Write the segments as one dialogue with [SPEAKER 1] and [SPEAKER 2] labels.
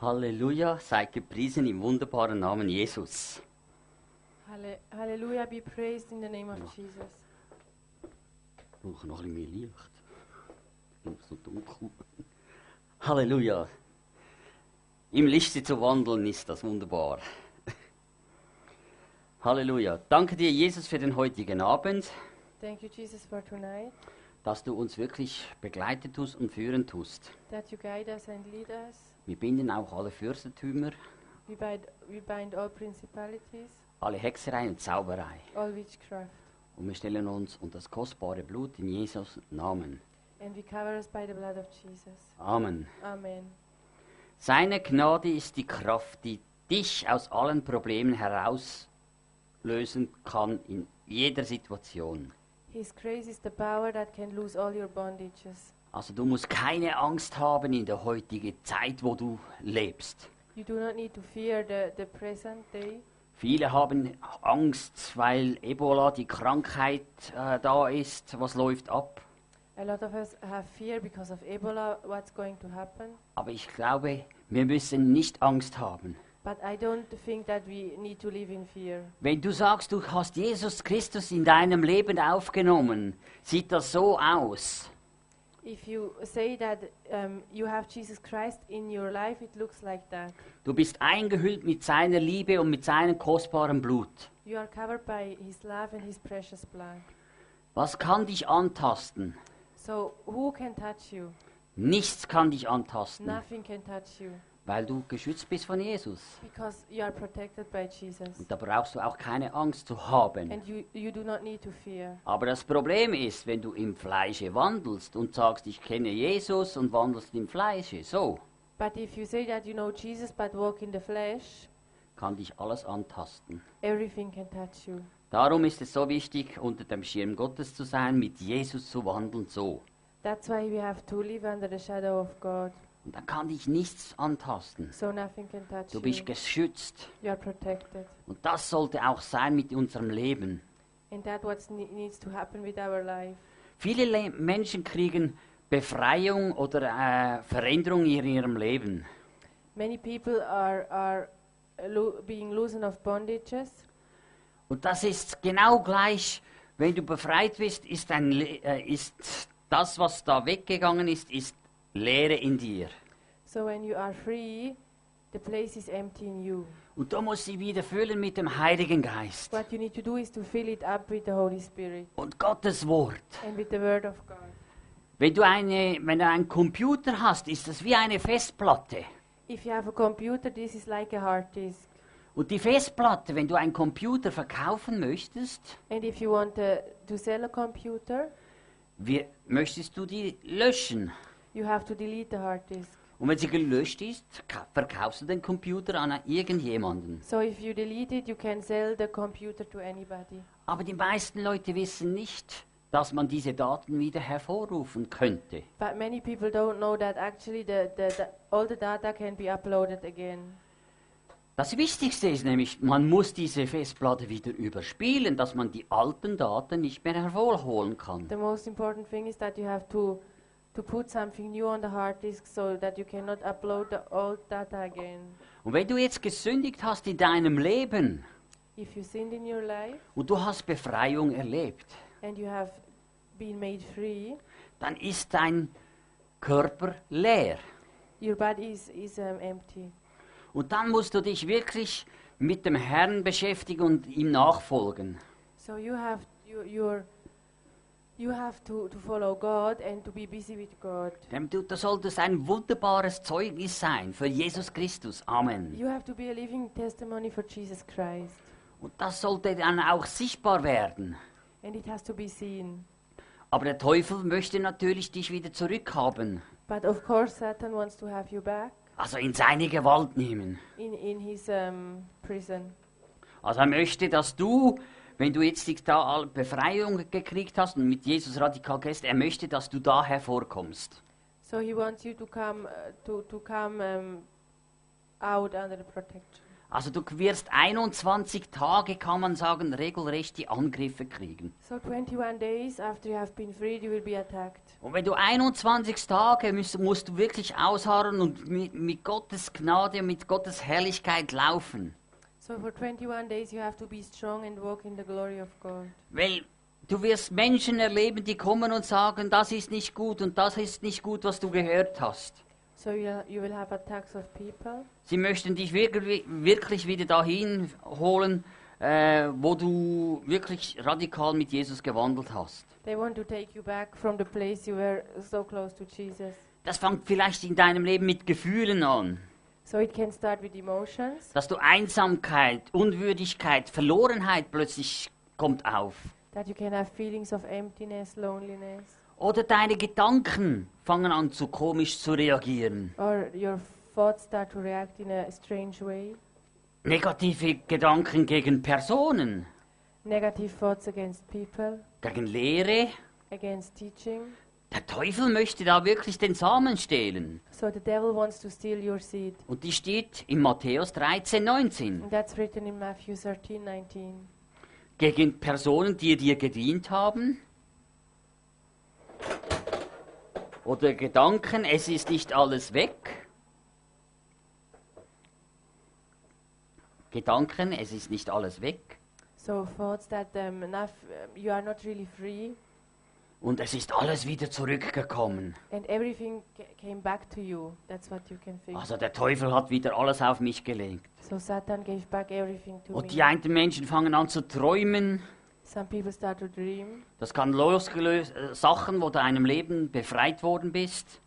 [SPEAKER 1] Halleluja, seid gepriesen im wunderbaren Namen Jesus.
[SPEAKER 2] Halle- Hallelujah, be praised in the name of Jesus.
[SPEAKER 1] Ich brauche noch ein bisschen mehr Licht. Nur so dunkel. Halleluja. Im Lichte zu wandeln ist das wunderbar. Halleluja. Danke dir, Jesus, für den heutigen Abend,
[SPEAKER 2] Thank you, Jesus, for tonight,
[SPEAKER 1] dass du uns wirklich begleiten tust und führen tust.
[SPEAKER 2] that you guide us and lead us.
[SPEAKER 1] Wir binden auch alle Fürstentümer,
[SPEAKER 2] We bind, we bind all principalities,
[SPEAKER 1] alle Hexerei und Zauberei.
[SPEAKER 2] all witchcraft,
[SPEAKER 1] Und wir stellen uns unter das kostbare Blut in Jesus Namen.
[SPEAKER 2] and we cover us by the blood of Jesus.
[SPEAKER 1] Amen.
[SPEAKER 2] Amen.
[SPEAKER 1] Seine Gnade ist die Kraft, die dich aus allen Problemen herauslösen kann in jeder Situation.
[SPEAKER 2] His grace is the power that can lose all your bondages.
[SPEAKER 1] Also du musst keine Angst haben in der heutigen Zeit, wo du lebst.
[SPEAKER 2] You do not need to fear the, the present day.
[SPEAKER 1] Viele haben Angst, weil Ebola die Krankheit äh, da ist, was läuft ab.
[SPEAKER 2] A lot of us have fear because of Ebola, what's going to happen.
[SPEAKER 1] Aber ich glaube, wir müssen nicht Angst haben.
[SPEAKER 2] But I don't think that we need to live in fear.
[SPEAKER 1] Wenn du sagst, du hast Jesus Christus in deinem Leben aufgenommen, sieht das so aus.
[SPEAKER 2] If you say that um, you have Jesus Christ in your life, it looks like that.
[SPEAKER 1] Du bist eingehüllt mit seiner Liebe und mit seinem kostbaren Blut.
[SPEAKER 2] You are covered by His love and His precious blood.
[SPEAKER 1] Was kann dich antasten?
[SPEAKER 2] So who can touch you?
[SPEAKER 1] Nichts kann dich antasten,
[SPEAKER 2] Nothing can touch you
[SPEAKER 1] weil du geschützt bist von Jesus.
[SPEAKER 2] because you are protected by Jesus,
[SPEAKER 1] Und da brauchst du auch keine Angst zu haben.
[SPEAKER 2] and you you do not need to fear.
[SPEAKER 1] Aber das Problem ist, wenn du im Fleische wandelst und sagst, ich kenne Jesus und wandelst im Fleische, so
[SPEAKER 2] But if you say that you know Jesus but walk in the flesh,
[SPEAKER 1] kann dich alles antasten.
[SPEAKER 2] everything can touch you.
[SPEAKER 1] Darum ist es so wichtig, unter dem Schirm Gottes zu sein, mit Jesus zu wandeln, so.
[SPEAKER 2] That's why we have to live under the shadow of God,
[SPEAKER 1] Und dann kann dich nichts antasten.
[SPEAKER 2] so nothing can touch
[SPEAKER 1] Du
[SPEAKER 2] you.
[SPEAKER 1] bist geschützt.
[SPEAKER 2] You are protected,
[SPEAKER 1] Und das sollte auch sein mit unserem Leben.
[SPEAKER 2] and that what ne- needs to happen with our life.
[SPEAKER 1] Viele Le Menschen kriegen Befreiung oder äh, Veränderung in ihrem Leben.
[SPEAKER 2] Many people are are lo- being loosened of bondages,
[SPEAKER 1] Und das ist genau gleich, wenn du befreit bist, ist, dein Le äh, ist das, was da weggegangen ist, ist Leere in dir.
[SPEAKER 2] so when you are free, the place is empty in you.
[SPEAKER 1] Und du musst sie wieder füllen mit dem Heiligen Geist
[SPEAKER 2] What you need to do is to fill it up with the Holy Spirit
[SPEAKER 1] und Gottes Wort.
[SPEAKER 2] and with the Word of God.
[SPEAKER 1] Wenn du, eine, wenn du einen Computer hast, ist das wie eine Festplatte.
[SPEAKER 2] If you have a computer, this is like a hard disk.
[SPEAKER 1] Und die Festplatte, wenn du einen Computer verkaufen möchtest,
[SPEAKER 2] And if you want uh, to sell a computer,
[SPEAKER 1] Wir, möchtest du die löschen?
[SPEAKER 2] you have to delete the hard disk.
[SPEAKER 1] Und wenn sie gelöscht ist, ka- verkaufst du den Computer an irgendjemanden.
[SPEAKER 2] So if you delete it, you can sell the computer to anybody.
[SPEAKER 1] Aber die meisten Leute wissen nicht, dass man diese Daten wieder hervorrufen könnte.
[SPEAKER 2] But many people don't know that actually the, the, the, all the data can be uploaded again.
[SPEAKER 1] Das Wichtigste ist nämlich, man muss diese Festplatte wieder überspielen, dass man die alten Daten nicht mehr hervorholen kann.
[SPEAKER 2] The most important thing is that you have to to put something new on the hard disk so that you cannot upload the old data again.
[SPEAKER 1] Und wenn du jetzt gesündigt hast in deinem Leben
[SPEAKER 2] If you sinned in your life
[SPEAKER 1] und du hast Befreiung erlebt,
[SPEAKER 2] and you have been made free,
[SPEAKER 1] dann ist dein Körper leer.
[SPEAKER 2] your body is, is um, empty.
[SPEAKER 1] Und dann musst du dich wirklich mit dem Herrn beschäftigen und ihm nachfolgen.
[SPEAKER 2] So you have you you're, you have to, to follow God and to be busy with God.
[SPEAKER 1] Denn du, du solltest ein wunderbares Zeugnis sein für Jesus Christus. Amen.
[SPEAKER 2] You have to be a living testimony for Jesus Christ.
[SPEAKER 1] Und das sollte dann auch sichtbar werden.
[SPEAKER 2] And it has to be seen.
[SPEAKER 1] Aber der Teufel möchte natürlich dich wieder zurückhaben,
[SPEAKER 2] But of course Satan wants to have you back
[SPEAKER 1] also in seine Gewalt nehmen.
[SPEAKER 2] in, in his um, prison.
[SPEAKER 1] Also er möchte, dass du, wenn du jetzt die da Befreiung gekriegt hast und mit Jesus radikal gehst, er möchte, dass du da hervorkommst.
[SPEAKER 2] So he wants you to come uh, to to come um, out under the protection.
[SPEAKER 1] Also du wirst 21 Tage, kann man sagen, regelrecht die Angriffe kriegen.
[SPEAKER 2] So 21 days after you have been freed, you will be attacked.
[SPEAKER 1] Und wenn du 21 Tage musst, musst du wirklich ausharren und mit, mit Gottes Gnade und mit Gottes Herrlichkeit laufen.
[SPEAKER 2] So for 21 days, you have to be strong and walk in the glory of God.
[SPEAKER 1] Weil du wirst Menschen erleben, die kommen und sagen, das ist nicht gut und das ist nicht gut, was du gehört hast.
[SPEAKER 2] So you, you will have attacks of people.
[SPEAKER 1] Sie möchten dich wirklich, wirklich wieder dahin holen, äh, wo du wirklich radikal mit Jesus gewandelt hast.
[SPEAKER 2] They want to take you back from the place you were so close to Jesus.
[SPEAKER 1] Das fängt vielleicht in deinem Leben mit Gefühlen an,
[SPEAKER 2] So it can start with emotions,
[SPEAKER 1] dass du Einsamkeit, Unwürdigkeit, Verlorenheit plötzlich kommt auf.
[SPEAKER 2] that you can have feelings of emptiness, loneliness,
[SPEAKER 1] Oder deine Gedanken fangen an zu komisch zu reagieren.
[SPEAKER 2] or your thoughts start to react in a strange way.
[SPEAKER 1] Negative Gedanken gegen Personen,
[SPEAKER 2] Negative thoughts against people,
[SPEAKER 1] gegen Lehre.
[SPEAKER 2] against teaching.
[SPEAKER 1] Der Teufel möchte da wirklich den Samen stehlen.
[SPEAKER 2] So the devil wants to steal your seed.
[SPEAKER 1] Und die steht in Matthäus 13, 19.
[SPEAKER 2] And that's written in Matthew 13:19.
[SPEAKER 1] gegen Personen, die dir gedient haben? Oder Gedanken, es ist nicht alles weg? Gedanken, es ist nicht alles weg.
[SPEAKER 2] So thoughts that um, enough, um, you are not really free
[SPEAKER 1] Und es ist alles wieder zurückgekommen.
[SPEAKER 2] and everything ca- came back to you. That's what you can think.
[SPEAKER 1] Also der Teufel hat wieder alles auf mich gelegt.
[SPEAKER 2] So Satan gave back everything to
[SPEAKER 1] Und
[SPEAKER 2] me.
[SPEAKER 1] die einen Menschen fangen an zu träumen.
[SPEAKER 2] Some people start to dream.
[SPEAKER 1] Das kann losgelöst äh, Sachen, wo du einem Leben befreit worden bist.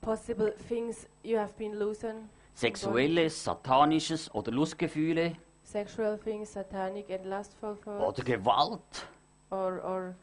[SPEAKER 2] Possible things you have been losing.
[SPEAKER 1] Sexuelles, satanisches oder Lustgefühle
[SPEAKER 2] Sexual things, satanic and lustful thoughts.
[SPEAKER 1] oder Gewalt.
[SPEAKER 2] Or, or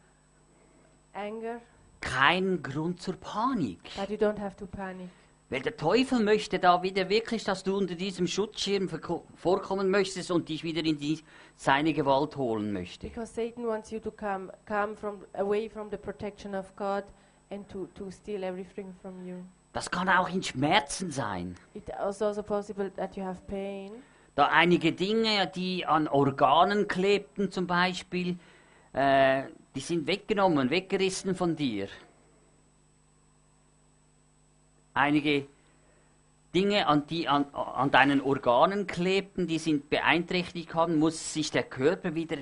[SPEAKER 2] anger.
[SPEAKER 1] keinen Grund zur Panik.
[SPEAKER 2] But you don't have to panic.
[SPEAKER 1] Weil der Teufel möchte da wieder wirklich, dass du unter diesem Schutzschirm verko- vorkommen möchtest und dich wieder in die, seine Gewalt holen möchte.
[SPEAKER 2] Because Satan wants you to come, come from away from the protection of God and to, to steal everything from you.
[SPEAKER 1] Das kann auch in Schmerzen sein.
[SPEAKER 2] It is also possible that you have pain.
[SPEAKER 1] Da einige Dinge, die an Organen klebten zum Beispiel, äh, die sind weggenommen, weggerissen von dir. Einige Dinge, an die an, an deinen Organen klebten, die sind beeinträchtigt haben, muss sich der Körper wieder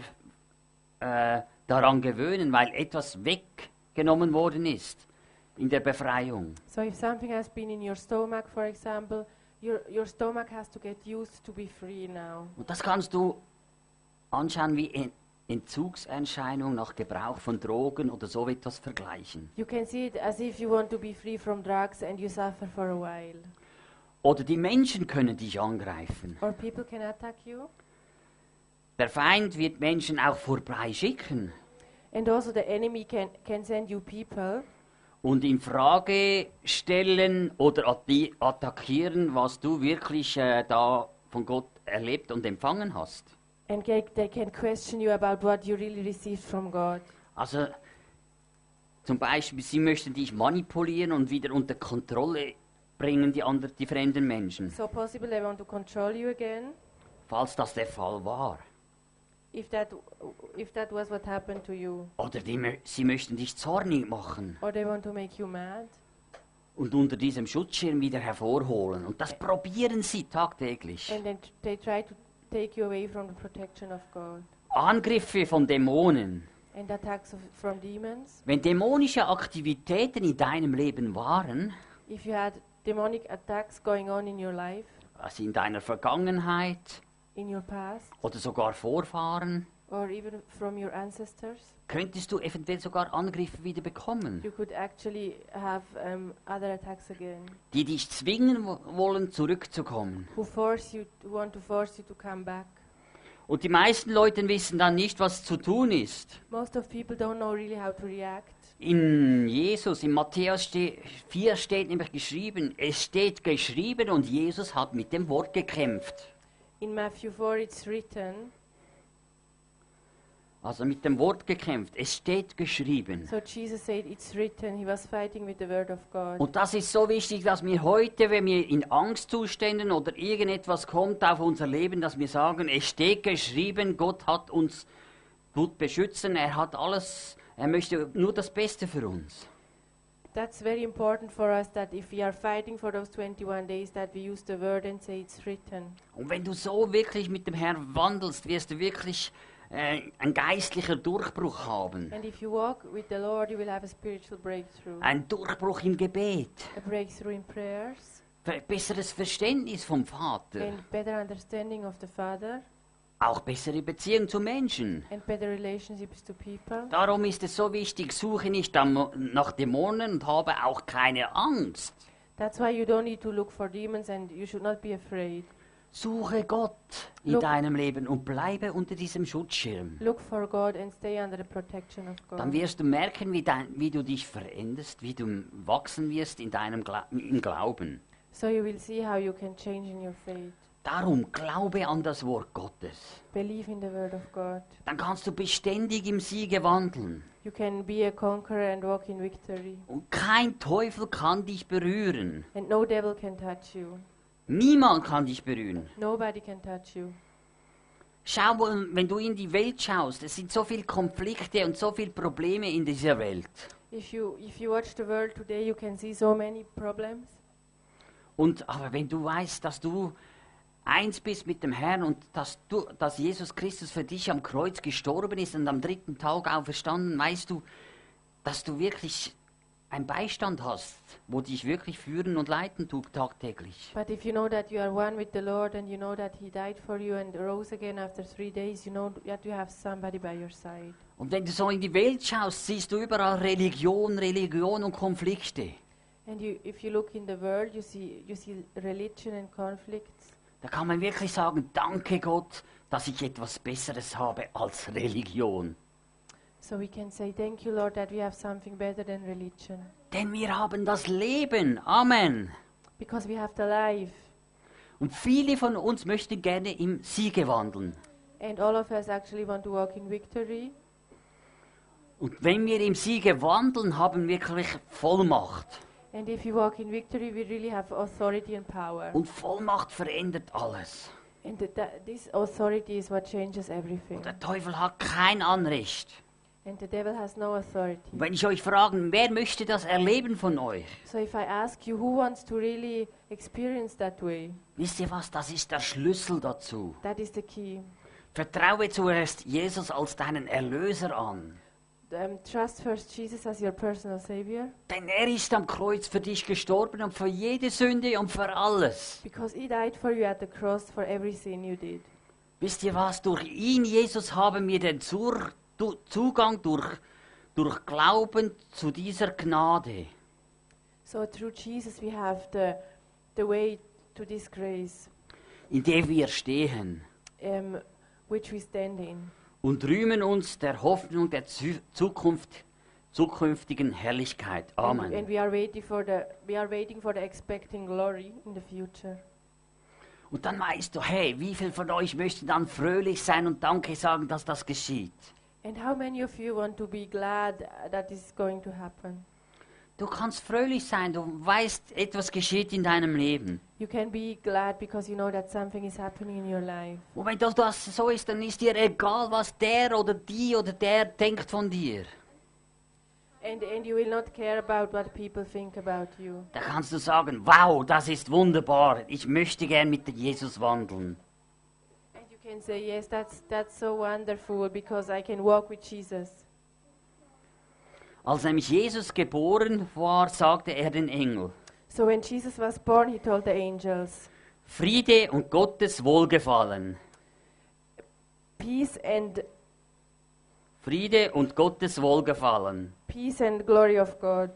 [SPEAKER 1] äh, daran gewöhnen, weil etwas weggenommen worden ist in der Befreiung.
[SPEAKER 2] So if something has been in your stomach, for example, your, your stomach has to get used to be free now.
[SPEAKER 1] Und das kannst du anschauen wie en- Entzugserscheinung nach Gebrauch von Drogen oder so etwas vergleichen.
[SPEAKER 2] You can see it as if you want to be free from drugs and you suffer for a while.
[SPEAKER 1] Oder die Menschen können dich angreifen.
[SPEAKER 2] Or people can attack you.
[SPEAKER 1] Der Feind wird Menschen auch vorbeischicken
[SPEAKER 2] And also the enemy can, can send you people
[SPEAKER 1] und in Frage stellen oder atti- attackieren, was du wirklich äh, da von Gott erlebt und empfangen hast.
[SPEAKER 2] and ca- they can question you about what you really received from God.
[SPEAKER 1] Also zum Beispiel, sie möchten dich manipulieren und wieder unter Kontrolle bringen, die, ander, die fremden Menschen,
[SPEAKER 2] So possible they want to control you again.
[SPEAKER 1] falls das der Fall war.
[SPEAKER 2] If that, if that was what happened to you,
[SPEAKER 1] Oder die, mö- sie möchten dich zornig machen
[SPEAKER 2] or they want to make you mad,
[SPEAKER 1] und unter diesem Schutzschirm wieder hervorholen. Und das probieren sie tagtäglich.
[SPEAKER 2] and then t- they try to take you away from the protection of God
[SPEAKER 1] Angriffe von Dämonen.
[SPEAKER 2] and attacks of, from demons.
[SPEAKER 1] Wenn dämonische Aktivitäten in deinem Leben waren,
[SPEAKER 2] If you had demonic attacks going on in your life,
[SPEAKER 1] also in deiner Vergangenheit
[SPEAKER 2] in your past,
[SPEAKER 1] oder sogar Vorfahren,
[SPEAKER 2] or even from your ancestors,
[SPEAKER 1] könntest du eventuell sogar Angriffe wieder bekommen,
[SPEAKER 2] you could actually have um, other attacks again.
[SPEAKER 1] die dich zwingen wo- wollen, zurückzukommen.
[SPEAKER 2] who force you to want to force you to come back.
[SPEAKER 1] Und die meisten Leute wissen dann nicht, was zu tun ist.
[SPEAKER 2] Most of people don't know really how to react.
[SPEAKER 1] In Jesus, in Matthäus ste 4 steht nämlich geschrieben, es steht geschrieben und Jesus hat mit dem Wort gekämpft.
[SPEAKER 2] In Matthew 4 it's written,
[SPEAKER 1] Also mit dem Wort gekämpft. Es steht geschrieben.
[SPEAKER 2] So Jesus said, It's written. He was fighting with the word of God.
[SPEAKER 1] Und das ist so wichtig, dass wir heute, wenn wir in Angstzuständen oder irgendetwas kommt auf unser Leben, dass wir sagen, es steht geschrieben, Gott hat uns gut beschützen, er hat alles, er möchte nur das Beste für uns.
[SPEAKER 2] That's very important for us that if we are fighting for those 21 days, that we use the word and say, It's written.
[SPEAKER 1] Und wenn du so wirklich mit dem Herrn wandelst, wirst du wirklich äh, einen geistlichen Durchbruch haben.
[SPEAKER 2] And if you walk with the Lord, you will have a spiritual breakthrough.
[SPEAKER 1] Ein Durchbruch im Gebet.
[SPEAKER 2] A breakthrough in prayers
[SPEAKER 1] Ver- Besseres Verständnis vom Vater.
[SPEAKER 2] and better understanding of the Father
[SPEAKER 1] Auch bessere Beziehung zu Menschen.
[SPEAKER 2] and better relationships to people.
[SPEAKER 1] Darum ist es so wichtig, suche nicht am- nach Dämonen und habe auch keine Angst.
[SPEAKER 2] That's why you don't need to look for demons and you should not be afraid.
[SPEAKER 1] Suche Gott in
[SPEAKER 2] Look.
[SPEAKER 1] deinem Leben und bleibe unter diesem Schutzschirm.
[SPEAKER 2] Look for God and stay under the protection of
[SPEAKER 1] Dann
[SPEAKER 2] God.
[SPEAKER 1] wirst du merken, wie, dein, wie du dich veränderst, wie du wachsen wirst in deinem Gla im Glauben.
[SPEAKER 2] So you will see how you can change in your faith.
[SPEAKER 1] Darum glaube an das Wort Gottes.
[SPEAKER 2] Believe in the word of God.
[SPEAKER 1] Dann kannst du beständig im Siege wandeln.
[SPEAKER 2] You can be a conqueror and walk in victory.
[SPEAKER 1] Und kein Teufel kann dich berühren.
[SPEAKER 2] And no devil can touch you.
[SPEAKER 1] Niemand kann dich berühren.
[SPEAKER 2] Nobody can touch you.
[SPEAKER 1] Schau, mal, wenn du in die Welt schaust, es sind so viele Konflikte und so viele Probleme in dieser Welt.
[SPEAKER 2] If you if you watch the world today, you can see so many problems.
[SPEAKER 1] Und aber wenn du weißt, dass du eins bist mit dem Herrn und dass, du, dass Jesus Christus für dich am Kreuz gestorben ist und am dritten Tag auferstanden, weißt du, dass du wirklich einen Beistand hast, wo dich wirklich führen und leiten tut tagtäglich.
[SPEAKER 2] But if you know that you are one with the Lord and you know that He died for you and rose again after three days, you know that you have somebody by your side.
[SPEAKER 1] Und wenn du so in die Welt schaust, siehst du überall Religion, Religion und Konflikte.
[SPEAKER 2] And you, if you look in the world, you see you see religion and conflicts.
[SPEAKER 1] Da kann man wirklich sagen, danke Gott, dass ich etwas Besseres habe als Religion.
[SPEAKER 2] So we can say, Thank you, Lord, that we have something better than religion.
[SPEAKER 1] Denn wir haben das Leben. Amen.
[SPEAKER 2] Because we have the life.
[SPEAKER 1] Und viele von uns möchten gerne im Siege wandeln.
[SPEAKER 2] And all of us actually want to walk in victory.
[SPEAKER 1] Und wenn wir im Siege wandeln, haben wir wirklich Vollmacht.
[SPEAKER 2] And if you walk in victory, we really have authority and power.
[SPEAKER 1] Und Vollmacht verändert alles.
[SPEAKER 2] And th- th- this authority is what changes everything.
[SPEAKER 1] Und der Teufel hat kein Anrecht.
[SPEAKER 2] And the devil has no authority.
[SPEAKER 1] Und wenn ich euch frage, wer möchte das erleben von euch?
[SPEAKER 2] So if I ask you who wants to really experience that way,
[SPEAKER 1] Wisst ihr was? Das ist der Schlüssel dazu.
[SPEAKER 2] that is the key.
[SPEAKER 1] Vertraue zuerst Jesus als deinen Erlöser an.
[SPEAKER 2] Um, trust first Jesus as your personal savior
[SPEAKER 1] Denn er ist am Kreuz für dich gestorben und für jede Sünde und für alles.
[SPEAKER 2] because he died for you at the cross for every sin you did.
[SPEAKER 1] Wisst ihr was? Durch ihn, Jesus, haben wir den Zur du Zugang durch, durch Glauben zu dieser Gnade.
[SPEAKER 2] So through Jesus we have the the way to this grace
[SPEAKER 1] in der wir stehen
[SPEAKER 2] um, which we stand in
[SPEAKER 1] und rühmen uns der Hoffnung der Zü Zukunft, zukünftigen Herrlichkeit.
[SPEAKER 2] And, and
[SPEAKER 1] Amen.
[SPEAKER 2] we are waiting for the we are waiting for the expecting glory in the future.
[SPEAKER 1] Und dann weißt du, hey, wie viel von euch möchten dann fröhlich sein und Danke sagen, dass das geschieht?
[SPEAKER 2] And how many of you want to be glad uh, that this is going to happen?
[SPEAKER 1] Du kannst fröhlich sein, du weißt, etwas geschieht in deinem Leben.
[SPEAKER 2] You can be glad because you know that something is happening in your life.
[SPEAKER 1] Und wenn das, das so ist, dann ist dir egal, was der oder die oder der denkt von dir.
[SPEAKER 2] And, and you will not care about what people think about you.
[SPEAKER 1] Da kannst du sagen, wow, das ist wunderbar, ich möchte gern mit Jesus wandeln.
[SPEAKER 2] And you can say, yes, that's, that's so wonderful because I can walk with Jesus.
[SPEAKER 1] Als nämlich Jesus geboren war, sagte er den Engel,
[SPEAKER 2] So when Jesus was born, he told the angels,
[SPEAKER 1] Friede und Gottes Wohlgefallen.
[SPEAKER 2] peace and,
[SPEAKER 1] Friede und Gottes Wohlgefallen.
[SPEAKER 2] peace and glory of God.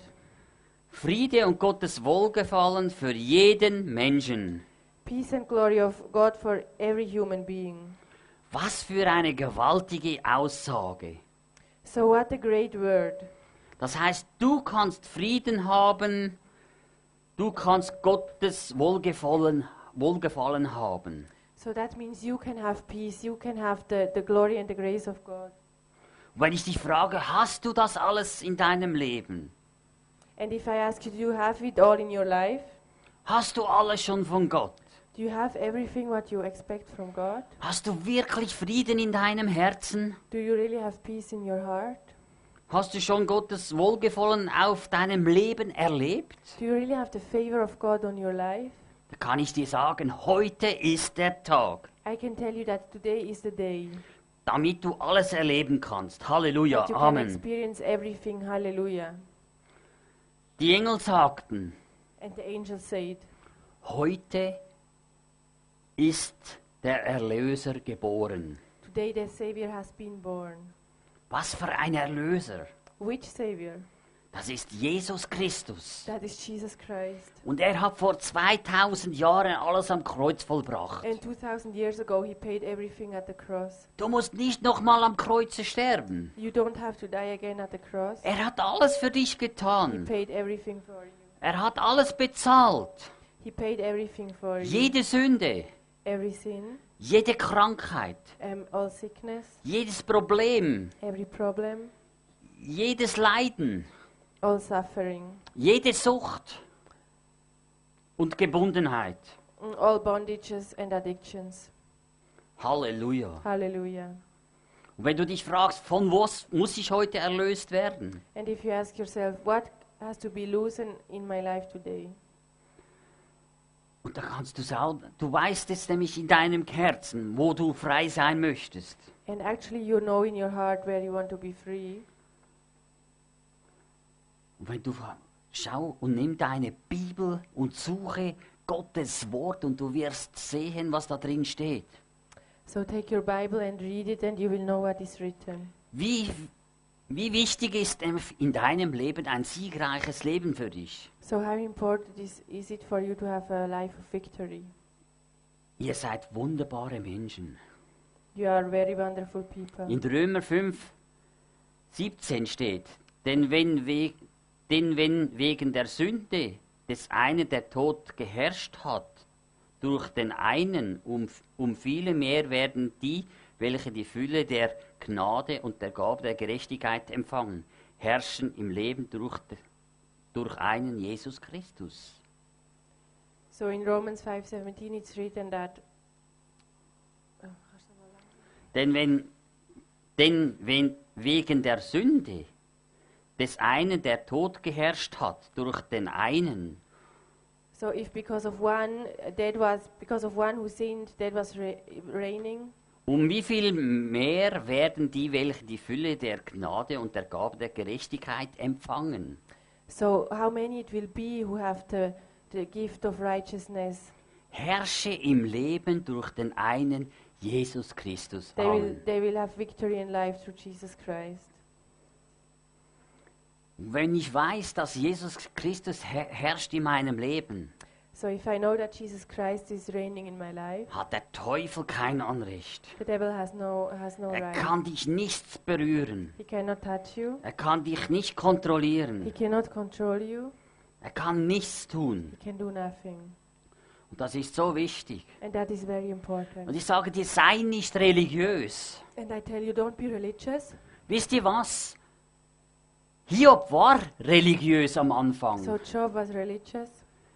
[SPEAKER 1] Friede und Gottes Wohlgefallen für jeden Menschen.
[SPEAKER 2] Peace and glory of God for every human being.
[SPEAKER 1] Was für eine gewaltige Aussage.
[SPEAKER 2] So what a great word.
[SPEAKER 1] Das heißt, du kannst Frieden haben, du kannst Gottes Wohlgefallen, Wohlgefallen haben.
[SPEAKER 2] So that means you can have peace, you can have the, the glory and the grace of God.
[SPEAKER 1] Und wenn ich dich frage, hast du das alles in deinem Leben?
[SPEAKER 2] And if I ask you, do you have it all in your life?
[SPEAKER 1] Hast du alles schon von Gott?
[SPEAKER 2] Do you have everything what you expect from God?
[SPEAKER 1] Hast du wirklich Frieden in deinem Herzen?
[SPEAKER 2] Do you really have peace in your heart?
[SPEAKER 1] Hast du schon Gottes Wohlgefallen auf deinem Leben erlebt?
[SPEAKER 2] Do you really have the favor of God on your life?
[SPEAKER 1] Da kann ich dir sagen, heute ist der Tag,
[SPEAKER 2] I can tell you that today is the day
[SPEAKER 1] damit du alles erleben kannst. Halleluja,
[SPEAKER 2] that you can
[SPEAKER 1] Amen.
[SPEAKER 2] experience everything. Hallelujah.
[SPEAKER 1] Die Engel sagten,
[SPEAKER 2] And the angel said,
[SPEAKER 1] heute ist der Erlöser geboren.
[SPEAKER 2] Today the Savior has been born.
[SPEAKER 1] Was für ein Erlöser?
[SPEAKER 2] Which Savior?
[SPEAKER 1] Das ist Jesus Christus.
[SPEAKER 2] That is Jesus Christ.
[SPEAKER 1] Und er hat vor 2000 Jahren alles am Kreuz vollbracht.
[SPEAKER 2] And 2,000 years ago, He paid everything at the cross.
[SPEAKER 1] Du musst nicht nochmal am Kreuze sterben.
[SPEAKER 2] You don't have to die again at the cross.
[SPEAKER 1] Er hat alles für dich
[SPEAKER 2] He
[SPEAKER 1] getan.
[SPEAKER 2] paid everything for you.
[SPEAKER 1] Er hat alles bezahlt.
[SPEAKER 2] He paid everything for you.
[SPEAKER 1] Jede Sünde,
[SPEAKER 2] Every sin,
[SPEAKER 1] jede Krankheit,
[SPEAKER 2] um, all sickness,
[SPEAKER 1] jedes Problem,
[SPEAKER 2] every problem,
[SPEAKER 1] jedes Leiden,
[SPEAKER 2] all suffering,
[SPEAKER 1] jede Sucht und Gebundenheit.
[SPEAKER 2] mm, all bondages and addictions.
[SPEAKER 1] Halleluja.
[SPEAKER 2] Hallelujah.
[SPEAKER 1] Und wenn du dich fragst, von was muss ich heute erlöst werden?
[SPEAKER 2] And if you ask yourself, what has to be loosened in my life today?
[SPEAKER 1] Und da kannst du selber, du weißt es nämlich in deinem Herzen, wo du frei sein möchtest.
[SPEAKER 2] And actually, you know in your heart where you want to be free.
[SPEAKER 1] Und wenn du fra- schau und nimm deine Bibel und suche Gottes Wort und du wirst sehen, was da drin steht.
[SPEAKER 2] So take your Bible and read it, and you will know what is written.
[SPEAKER 1] Wie, wie wichtig ist em- in deinem Leben ein siegreiches Leben für dich?
[SPEAKER 2] So, how important is, is it for you to have a life of victory?
[SPEAKER 1] Ihr seid wunderbare Menschen.
[SPEAKER 2] You are very wonderful people.
[SPEAKER 1] In Römer 5, 17 steht, denn wenn, we denn wenn wegen der Sünde des einen der Tod geherrscht hat, durch den einen, um, um viele mehr werden die, welche die Fülle der Gnade und der Gabe der Gerechtigkeit empfangen, herrschen im Leben durch, de- durch einen Jesus Christus.
[SPEAKER 2] So, in Romans 5:17, it's written that
[SPEAKER 1] Denn wenn, denn wenn wegen der Sünde des einen der Tod geherrscht hat durch den einen,
[SPEAKER 2] so if because of one uh, that was because of one who sinned, that was re- reigning.
[SPEAKER 1] um wie viel mehr werden die, welche die Fülle der Gnade und der Gabe der Gerechtigkeit empfangen?
[SPEAKER 2] So, how many it will be who have the, the gift of righteousness?
[SPEAKER 1] Herrsche im Leben durch den einen Jesus Christus.
[SPEAKER 2] They will,
[SPEAKER 1] Amen.
[SPEAKER 2] they will have victory in life through Jesus Christ.
[SPEAKER 1] Wenn ich weiß, dass Jesus Christus her herrscht in meinem Leben,
[SPEAKER 2] So, if I know that Jesus Christ is reigning in my life,
[SPEAKER 1] hat der Teufel kein Anrecht.
[SPEAKER 2] the devil has no has no
[SPEAKER 1] Er
[SPEAKER 2] right.
[SPEAKER 1] kann dich nichts berühren.
[SPEAKER 2] He cannot touch you.
[SPEAKER 1] Er kann dich nicht
[SPEAKER 2] He
[SPEAKER 1] kontrollieren.
[SPEAKER 2] cannot control you.
[SPEAKER 1] Er kann nichts tun.
[SPEAKER 2] He can do nothing.
[SPEAKER 1] Und das ist so wichtig.
[SPEAKER 2] And that is very
[SPEAKER 1] Und
[SPEAKER 2] important.
[SPEAKER 1] ich sage dir, sei nicht religiös.
[SPEAKER 2] And I tell you, don't be religious.
[SPEAKER 1] Wisst ihr was? Hiob war religiös am
[SPEAKER 2] So
[SPEAKER 1] Anfang.
[SPEAKER 2] Job was religious.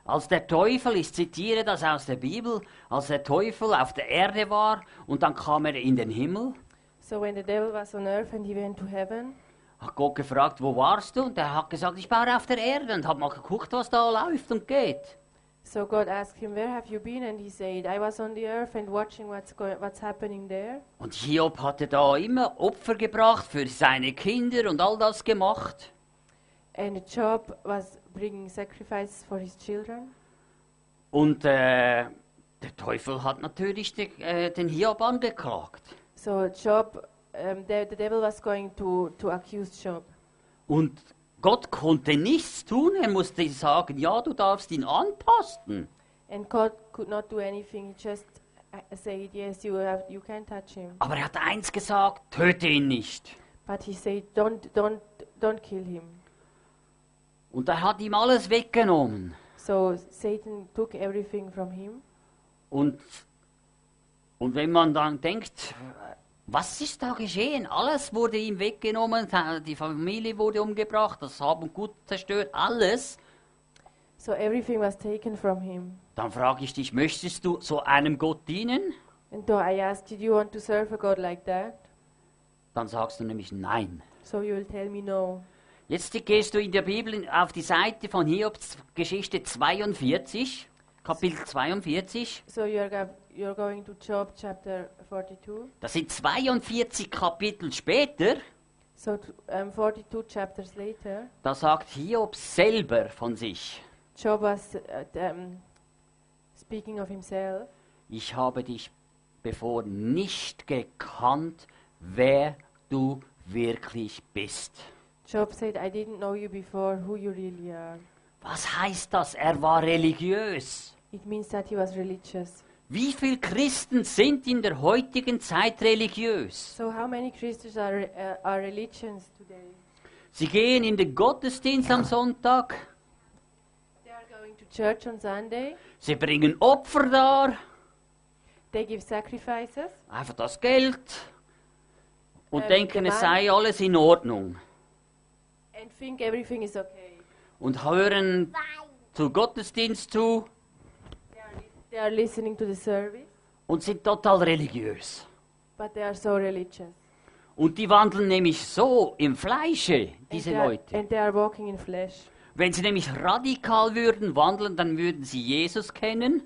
[SPEAKER 1] Als der Teufel, ich zitiere das aus der Bibel, als der Teufel auf der Erde war und dann kam er in den Himmel,
[SPEAKER 2] So when the devil was on earth and he went to heaven,
[SPEAKER 1] hat Gott gefragt, wo warst du? Und er hat gesagt, ich war auf der Erde und hat mal geguckt, was da läuft und geht.
[SPEAKER 2] so God asked him, "Where have you been?" And he said, "I was on the earth and watching what's going, what's happening there."
[SPEAKER 1] Und Hiob hatte da immer Opfer gebracht für seine Kinder und all das gemacht.
[SPEAKER 2] And Job was bringing sacrifices for his children.
[SPEAKER 1] Und äh, der Teufel hat natürlich den, äh, den Hiob angeklagt.
[SPEAKER 2] So Job, um, the, the devil was going to to accuse Job.
[SPEAKER 1] Und Gott konnte nichts tun. Er musste sagen, ja, du darfst ihn anpassen.
[SPEAKER 2] And God could not do anything. He just uh, said, "Yes, you have, you can touch him."
[SPEAKER 1] Aber er hat eins gesagt, töte ihn nicht.
[SPEAKER 2] But he said, "Don't, don't, don't kill him."
[SPEAKER 1] Und er hat ihm alles weggenommen.
[SPEAKER 2] So Satan took everything from him.
[SPEAKER 1] Und, und wenn man dann denkt, Was ist da geschehen? Alles wurde ihm weggenommen, die Familie wurde umgebracht, das Hab und Gut zerstört, alles.
[SPEAKER 2] So everything was taken from him.
[SPEAKER 1] Dann frage ich dich, möchtest du so einem Gott dienen?
[SPEAKER 2] And though I asked, Did you want to serve a God like that?
[SPEAKER 1] Dann sagst du nämlich nein.
[SPEAKER 2] So you will tell me no.
[SPEAKER 1] Jetzt gehst du in der Bibel in- auf die Seite von Hiobs Geschichte 42, Kapitel 42.
[SPEAKER 2] So you're, go- you're going to Job chapter 42.
[SPEAKER 1] Das sind 42 Kapitel später.
[SPEAKER 2] So t- um, 42 chapters later,
[SPEAKER 1] Da sagt Hiob selber von sich,
[SPEAKER 2] Job was uh, t- um, speaking of himself.
[SPEAKER 1] ich habe dich bevor nicht gekannt, wer du wirklich bist.
[SPEAKER 2] Job said, I didn't know you before, who you really are.
[SPEAKER 1] Was heißt das? Er war religiös.
[SPEAKER 2] It means that he was religious.
[SPEAKER 1] Wie viele Christen sind in der heutigen Zeit religiös?
[SPEAKER 2] So how many Christians are, re- uh, are religions today?
[SPEAKER 1] Sie gehen in den Gottesdienst am Sonntag,
[SPEAKER 2] They are going to church on Sunday.
[SPEAKER 1] sie bringen Opfer dar,
[SPEAKER 2] They give sacrifices.
[SPEAKER 1] einfach das Geld und
[SPEAKER 2] Ähm,
[SPEAKER 1] denken, es sei alles in Ordnung
[SPEAKER 2] and think everything is okay.
[SPEAKER 1] und hören zu Gottesdienst zu
[SPEAKER 2] They are, li- they are listening to the service,
[SPEAKER 1] und sind total religiös.
[SPEAKER 2] but they are so religious.
[SPEAKER 1] Und die wandeln nämlich so im Fleische, diese
[SPEAKER 2] and, they are,
[SPEAKER 1] Leute.
[SPEAKER 2] and they are walking in flesh.
[SPEAKER 1] Wenn sie nämlich radikal würden wandeln, dann würden sie Jesus kennen,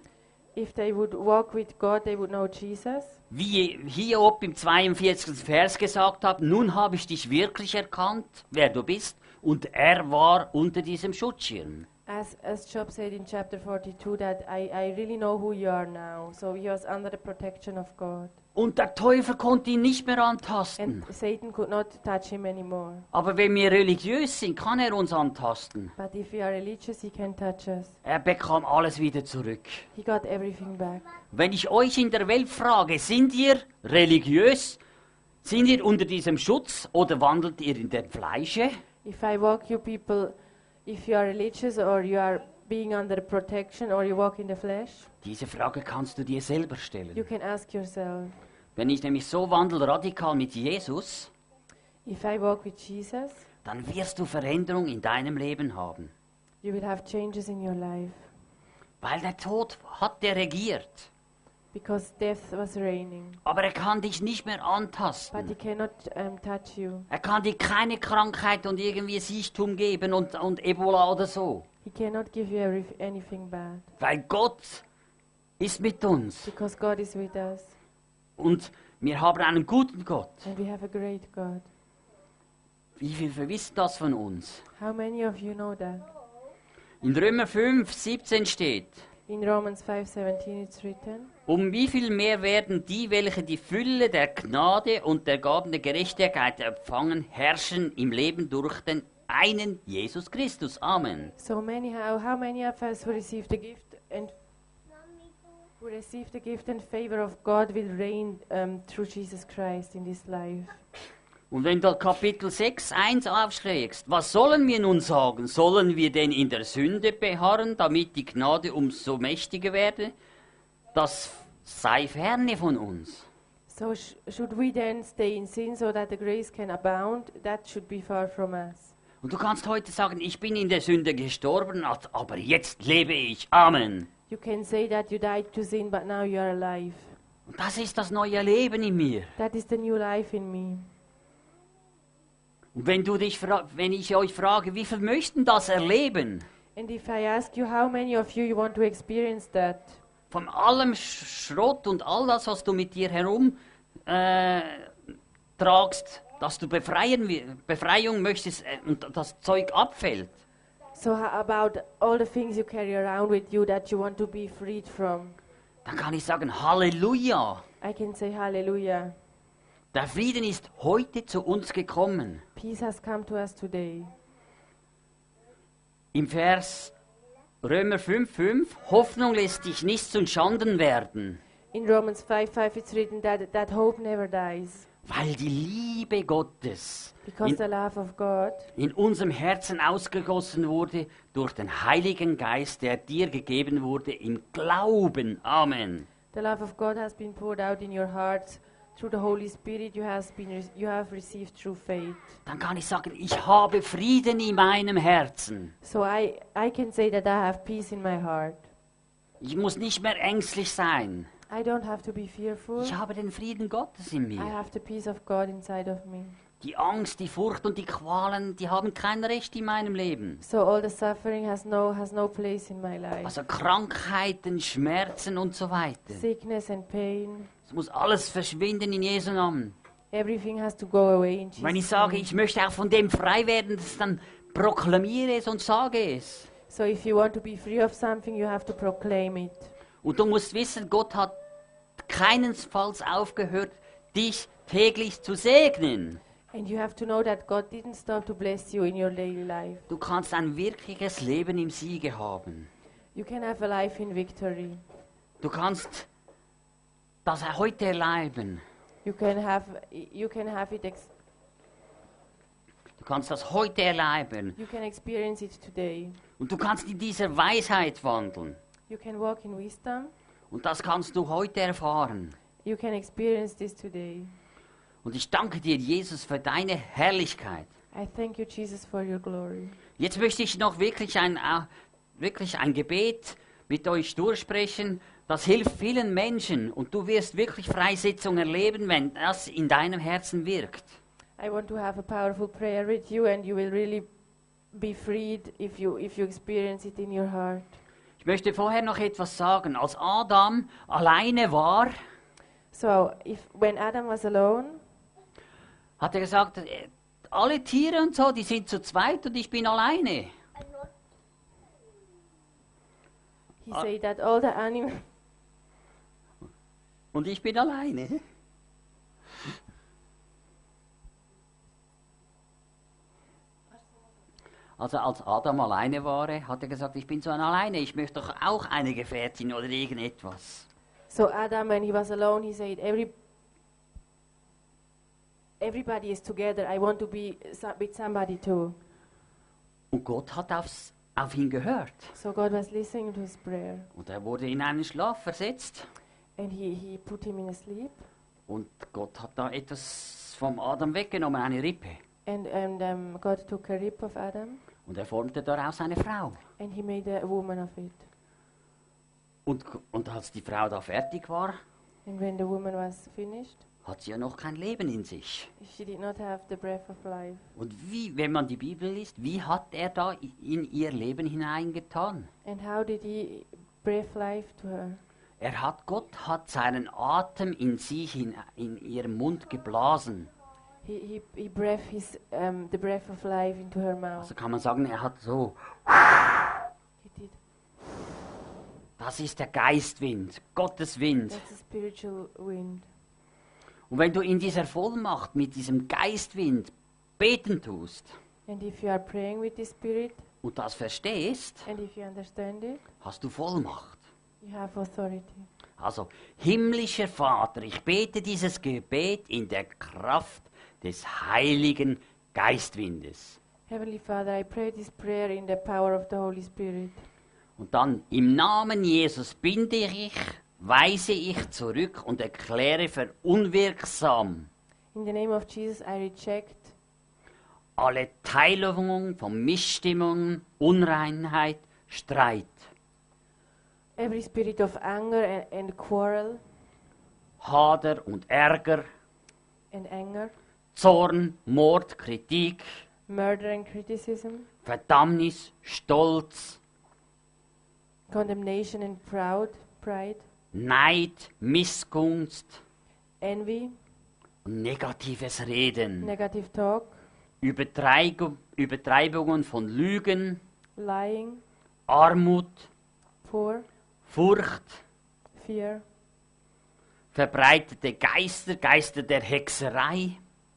[SPEAKER 2] If they would walk with God, they would know Jesus.
[SPEAKER 1] wie Hiob im 42. Vers gesagt hat, nun habe ich dich wirklich erkannt, wer du bist, und er war unter diesem Schutzschirm.
[SPEAKER 2] As, as Job said in chapter 42, that I, I really know who you are now. So he was under the protection of God.
[SPEAKER 1] Und der Teufel konnte ihn nicht mehr
[SPEAKER 2] And
[SPEAKER 1] antasten.
[SPEAKER 2] Satan could not touch him anymore.
[SPEAKER 1] Aber wenn wir religiös sind, kann er uns antasten.
[SPEAKER 2] But if we are religious, he can touch us.
[SPEAKER 1] Er bekam alles wieder zurück.
[SPEAKER 2] He got everything back.
[SPEAKER 1] Wenn ich euch in der Welt frage, sind ihr religiös? Sind ihr unter diesem Schutz oder wandelt ihr in dem Fleische?
[SPEAKER 2] If I walk you people, if you are religious or you are being under the protection or you walk in the flesh,
[SPEAKER 1] Diese Frage kannst du dir selber
[SPEAKER 2] you
[SPEAKER 1] stellen.
[SPEAKER 2] can ask yourself,
[SPEAKER 1] Wenn ich nämlich so wandel radikal mit Jesus,
[SPEAKER 2] if I walk with Jesus,
[SPEAKER 1] dann wirst du Veränderung in deinem Leben haben.
[SPEAKER 2] you will have changes in your life
[SPEAKER 1] Weil der Tod hat der regiert.
[SPEAKER 2] because death was reigning.
[SPEAKER 1] Aber er kann dich nicht mehr
[SPEAKER 2] But he
[SPEAKER 1] antasten.
[SPEAKER 2] cannot um, touch you.
[SPEAKER 1] Er kann dir keine Krankheit und irgendwie Siechtum geben und, und Ebola oder so.
[SPEAKER 2] He cannot give you every, anything bad
[SPEAKER 1] Weil Gott ist mit uns.
[SPEAKER 2] because God is with us
[SPEAKER 1] Und wir haben einen guten Gott.
[SPEAKER 2] and we have a great God.
[SPEAKER 1] Wie viel verwissen das von uns?
[SPEAKER 2] How many of you know that?
[SPEAKER 1] In Römer 5, 17 steht,
[SPEAKER 2] In Romans 5:17 it's written,
[SPEAKER 1] um wie viel mehr werden die, welche die Fülle der Gnade und der Gaben der Gerechtigkeit empfangen, herrschen im Leben durch den einen Jesus Christus. Amen.
[SPEAKER 2] So many, how, how many of us who receive the gift and who receive the gift and favor of God will reign um, through Jesus Christ in this life?
[SPEAKER 1] Und wenn du Kapitel 6, 1 aufschlägst, was sollen wir nun sagen? Sollen wir denn in der Sünde beharren, damit die Gnade umso mächtiger werde? Das sei ferne von uns.
[SPEAKER 2] So sh- should we then stay in sin so that the grace can abound? That should be far from us.
[SPEAKER 1] Und du kannst heute sagen, ich bin in der Sünde gestorben, at- aber jetzt lebe ich. Amen.
[SPEAKER 2] You can say that you died to sin, but now you are alive.
[SPEAKER 1] Und das ist das neue Leben in mir.
[SPEAKER 2] That is the new life in me.
[SPEAKER 1] Und wenn du dich fra wenn ich euch frage, wie viel möchten das erleben?
[SPEAKER 2] And if I ask you, how many of you you want to experience that?
[SPEAKER 1] Von allem Sch- Schrott und all das, was du mit dir herum äh, tragst, dass du befreien, wi- Befreiung möchtest äh, und das Zeug abfällt.
[SPEAKER 2] So how about all the things you carry around with you that you want to be freed from?
[SPEAKER 1] Dann kann ich sagen, Halleluja.
[SPEAKER 2] I can say hallelujah.
[SPEAKER 1] Der Frieden ist heute zu uns gekommen.
[SPEAKER 2] Peace has come to us today.
[SPEAKER 1] Im Vers Römer 5,5 Hoffnung lässt dich nicht zu Schanden werden,
[SPEAKER 2] In Romans 5 5, it's written that, that hope never dies
[SPEAKER 1] weil die Liebe Gottes
[SPEAKER 2] because
[SPEAKER 1] in,
[SPEAKER 2] the love of God
[SPEAKER 1] in unserem Herzen ausgegossen wurde durch den Heiligen Geist, der dir gegeben wurde im Glauben. Amen.
[SPEAKER 2] the love of God has been poured out in your hearts Through the Holy Spirit, you has been re- you have received true faith.
[SPEAKER 1] dann kann ich sagen, ich habe Frieden in meinem Herzen.
[SPEAKER 2] So I I can say that I have peace in my heart.
[SPEAKER 1] Ich muss nicht mehr ängstlich sein.
[SPEAKER 2] I don't have to be fearful.
[SPEAKER 1] Ich habe den Frieden Gottes in
[SPEAKER 2] I
[SPEAKER 1] mir.
[SPEAKER 2] have the peace of God inside of me.
[SPEAKER 1] Die Angst, die Furcht und die Qualen, die haben kein Recht in meinem Leben.
[SPEAKER 2] So all the suffering has no has no place in my life.
[SPEAKER 1] Also Krankheiten, Schmerzen und so weiter.
[SPEAKER 2] Sickness and pain,
[SPEAKER 1] Es muss alles verschwinden in Jesu Namen.
[SPEAKER 2] everything has to go away in Jesus.
[SPEAKER 1] Wenn ich sage,
[SPEAKER 2] name.
[SPEAKER 1] ich möchte auch von dem frei werden, das dann proklamiere es und sage es.
[SPEAKER 2] So if you want to be free of something, you have to proclaim it.
[SPEAKER 1] Und du musst wissen, Gott hat keinesfalls aufgehört, dich täglich zu segnen.
[SPEAKER 2] And you have to know that God didn't stop to bless you in your daily life.
[SPEAKER 1] Du kannst ein wirkliches Leben im Siege haben.
[SPEAKER 2] You can have a life in victory.
[SPEAKER 1] Du kannst das heute erleben.
[SPEAKER 2] You can have you can have it ex-
[SPEAKER 1] Du kannst das heute erleben.
[SPEAKER 2] you can experience it today.
[SPEAKER 1] Und du kannst in dieser Weisheit wandeln.
[SPEAKER 2] You can walk in wisdom.
[SPEAKER 1] Und das kannst du heute erfahren.
[SPEAKER 2] You can experience this today.
[SPEAKER 1] Und ich danke dir, Jesus, für deine Herrlichkeit.
[SPEAKER 2] I thank you Jesus for your glory.
[SPEAKER 1] Jetzt möchte ich noch wirklich ein, äh, wirklich ein Gebet mit euch durchsprechen. Das hilft vielen Menschen und du wirst wirklich Freisetzung erleben, wenn das in deinem Herzen wirkt.
[SPEAKER 2] I want to have a powerful prayer with you and you will really be freed if you if you experience it in your heart.
[SPEAKER 1] Ich möchte vorher noch etwas sagen. Als Adam alleine war,
[SPEAKER 2] So if when Adam was alone,
[SPEAKER 1] hat er gesagt, äh, alle Tiere und so, die sind zu zweit und ich bin alleine.
[SPEAKER 2] he
[SPEAKER 1] Ah.
[SPEAKER 2] said that all the animals
[SPEAKER 1] Und ich bin alleine. Also als Adam alleine war, hat er gesagt, ich bin so ein alleine, ich möchte doch auch eine Gefährtin oder irgendetwas.
[SPEAKER 2] So Adam, when he was alone, he said, "Every everybody is together. I want to be so- with somebody too."
[SPEAKER 1] Und Gott hat aufs, auf ihn gehört.
[SPEAKER 2] So God was listening to his prayer,
[SPEAKER 1] Und er wurde in einen Schlaf versetzt.
[SPEAKER 2] and he he put him in a sleep,
[SPEAKER 1] Und Gott hat da etwas vom Adam weggenommen, eine Rippe.
[SPEAKER 2] and and um, God took a rib of Adam,
[SPEAKER 1] Und er formte daraus eine Frau.
[SPEAKER 2] and he made a woman of it.
[SPEAKER 1] Und, und als die Frau da fertig war,
[SPEAKER 2] And when the woman was finished,
[SPEAKER 1] hat sie ja noch kein Leben in sich.
[SPEAKER 2] she did not have the breath of life.
[SPEAKER 1] Und wie, wenn man die Bibel liest, wie hat er da i- in ihr Leben hineingetan?
[SPEAKER 2] And how did he breathe life to her?
[SPEAKER 1] Er hat, Gott hat seinen Atem in sie, hin, in ihren Mund geblasen.
[SPEAKER 2] He he he breathed his um, the breath of life into her mouth.
[SPEAKER 1] Also kann man sagen, er hat so,
[SPEAKER 2] He did.
[SPEAKER 1] das ist der Geistwind, Gottes Wind.
[SPEAKER 2] That's a spiritual wind.
[SPEAKER 1] Und wenn du in dieser Vollmacht mit diesem Geistwind beten tust
[SPEAKER 2] And if you are praying with the Spirit,
[SPEAKER 1] und das verstehst,
[SPEAKER 2] and if you understand it,
[SPEAKER 1] hast du Vollmacht.
[SPEAKER 2] you have authority.
[SPEAKER 1] Also, himmlischer Vater, ich bete dieses Gebet in der Kraft des heiligen Geistwindes.
[SPEAKER 2] Heavenly Father, I pray this prayer in the power of the Holy Spirit.
[SPEAKER 1] Und dann im Namen Jesus binde ich, weise ich zurück und erkläre für unwirksam
[SPEAKER 2] In the name of Jesus, I reject
[SPEAKER 1] alle Teilungen von Missstimmungen, Unreinheit, Streit,
[SPEAKER 2] every spirit of anger and, and quarrel
[SPEAKER 1] Hader und Ärger,
[SPEAKER 2] and anger,
[SPEAKER 1] Zorn, Mord, Kritik,
[SPEAKER 2] murder and criticism,
[SPEAKER 1] Verdammnis, Stolz,
[SPEAKER 2] condemnation and proud pride,
[SPEAKER 1] Neid, Missgunst
[SPEAKER 2] envy,
[SPEAKER 1] und negatives Reden,
[SPEAKER 2] negative talk,
[SPEAKER 1] Übertreibung, Übertreibungen von Lügen,
[SPEAKER 2] lying,
[SPEAKER 1] Armut,
[SPEAKER 2] poor,
[SPEAKER 1] Furcht,
[SPEAKER 2] fear,
[SPEAKER 1] verbreitete Geister, Geister der Hexerei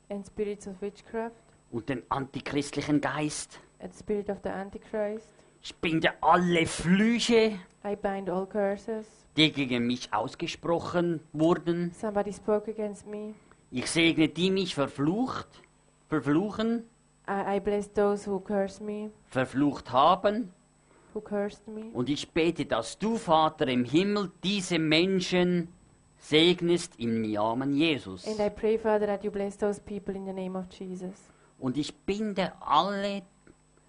[SPEAKER 2] and spirits of witchcraft,
[SPEAKER 1] und den antichristlichen Geist.
[SPEAKER 2] and spirit of the Antichrist.
[SPEAKER 1] Ich binde alle Flüche,
[SPEAKER 2] I bind all curses.
[SPEAKER 1] die gegen mich ausgesprochen wurden.
[SPEAKER 2] Somebody spoke against me.
[SPEAKER 1] Ich segne die mich verflucht, verfluchen,
[SPEAKER 2] I, I bless those who curse me,
[SPEAKER 1] verflucht haben.
[SPEAKER 2] who cursed me.
[SPEAKER 1] Und ich bete, dass du, Vater im Himmel, diese Menschen segnest im Namen Jesus.
[SPEAKER 2] And I pray, Father, that you bless those people in the name of Jesus.
[SPEAKER 1] Und ich binde alle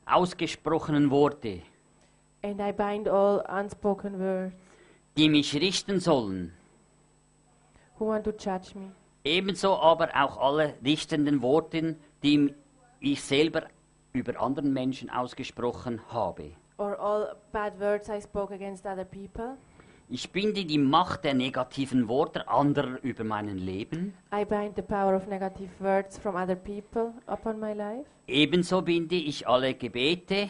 [SPEAKER 1] ausgesprochenen Worte,
[SPEAKER 2] And I bind all unspoken words
[SPEAKER 1] die mich richten sollen,
[SPEAKER 2] who want to judge me,
[SPEAKER 1] ebenso aber auch alle richtenden Worte, die ich selber über anderen Menschen ausgesprochen habe.
[SPEAKER 2] or all bad words I spoke against other people.
[SPEAKER 1] Ich binde die Macht der negativen Worte anderer über mein Leben.
[SPEAKER 2] I bind the power of negative words from other people upon my life.
[SPEAKER 1] Ebenso binde ich alle Gebete,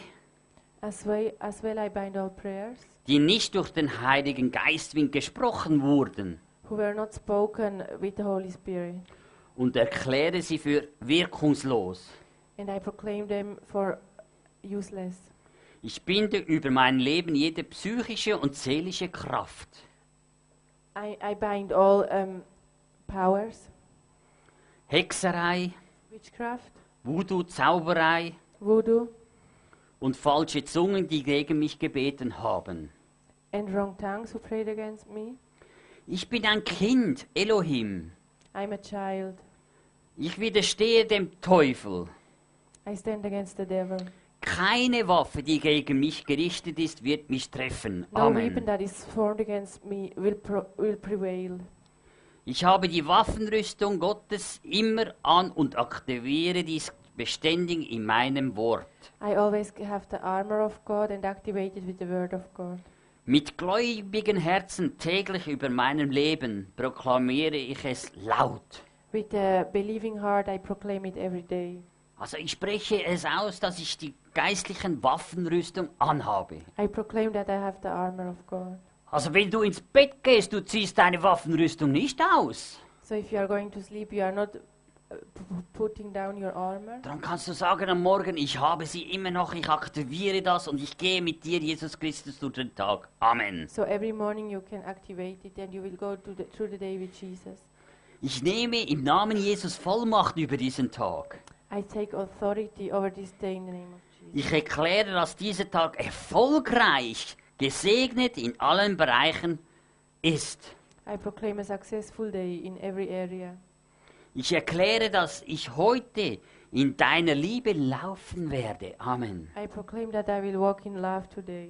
[SPEAKER 2] As well, as well, I bind all prayers
[SPEAKER 1] die nicht durch den Heiligen Geist wind gesprochen wurden,
[SPEAKER 2] who were not spoken with the Holy Spirit,
[SPEAKER 1] und erkläre sie für wirkungslos.
[SPEAKER 2] and I proclaim them for useless.
[SPEAKER 1] Ich binde über mein Leben jede psychische und seelische Kraft,
[SPEAKER 2] I, I bind all um, powers,
[SPEAKER 1] Hexerei,
[SPEAKER 2] witchcraft,
[SPEAKER 1] Voodoo, Zauberei
[SPEAKER 2] voodoo,
[SPEAKER 1] und falsche Zungen, die gegen mich gebeten haben.
[SPEAKER 2] and wrong tongues who prayed against me.
[SPEAKER 1] Ich bin ein Kind, Elohim.
[SPEAKER 2] I'm a child.
[SPEAKER 1] Ich widerstehe dem Teufel.
[SPEAKER 2] I stand against the devil.
[SPEAKER 1] Keine Waffe, die gegen mich gerichtet ist, wird mich treffen.
[SPEAKER 2] No weapon
[SPEAKER 1] Amen.
[SPEAKER 2] that is formed against me will, pro- will prevail.
[SPEAKER 1] Ich habe die Waffenrüstung Gottes immer an und aktiviere dies beständig in meinem Wort.
[SPEAKER 2] I always have the armor of God and activate it with the word of God.
[SPEAKER 1] Mit gläubigen Herzen täglich über meinem Leben proklamiere ich es laut.
[SPEAKER 2] With a believing heart, I proclaim it every day.
[SPEAKER 1] Also ich spreche es aus, dass ich die geistlichen Waffenrüstung anhabe.
[SPEAKER 2] I proclaim that I have the armor of God.
[SPEAKER 1] Also wenn du ins Bett gehst, du ziehst deine Waffenrüstung nicht aus.
[SPEAKER 2] So if you are going to sleep, you are not uh, p- p- putting down your armor.
[SPEAKER 1] Dann kannst du sagen am Morgen, ich habe sie immer noch, ich aktiviere das und ich gehe mit dir, Jesus Christus, durch den Tag. Amen.
[SPEAKER 2] So every morning you can activate it and you will go to the, through the day with Jesus.
[SPEAKER 1] Ich nehme im Namen Jesus Vollmacht über diesen Tag.
[SPEAKER 2] I take authority over this day in the name of Jesus.
[SPEAKER 1] Ich erkläre, dass dieser Tag erfolgreich, gesegnet in allen Bereichen ist.
[SPEAKER 2] I proclaim a successful day in every area.
[SPEAKER 1] Ich erkläre, dass ich heute in deiner Liebe laufen werde. Amen.
[SPEAKER 2] I proclaim that I will walk in love today.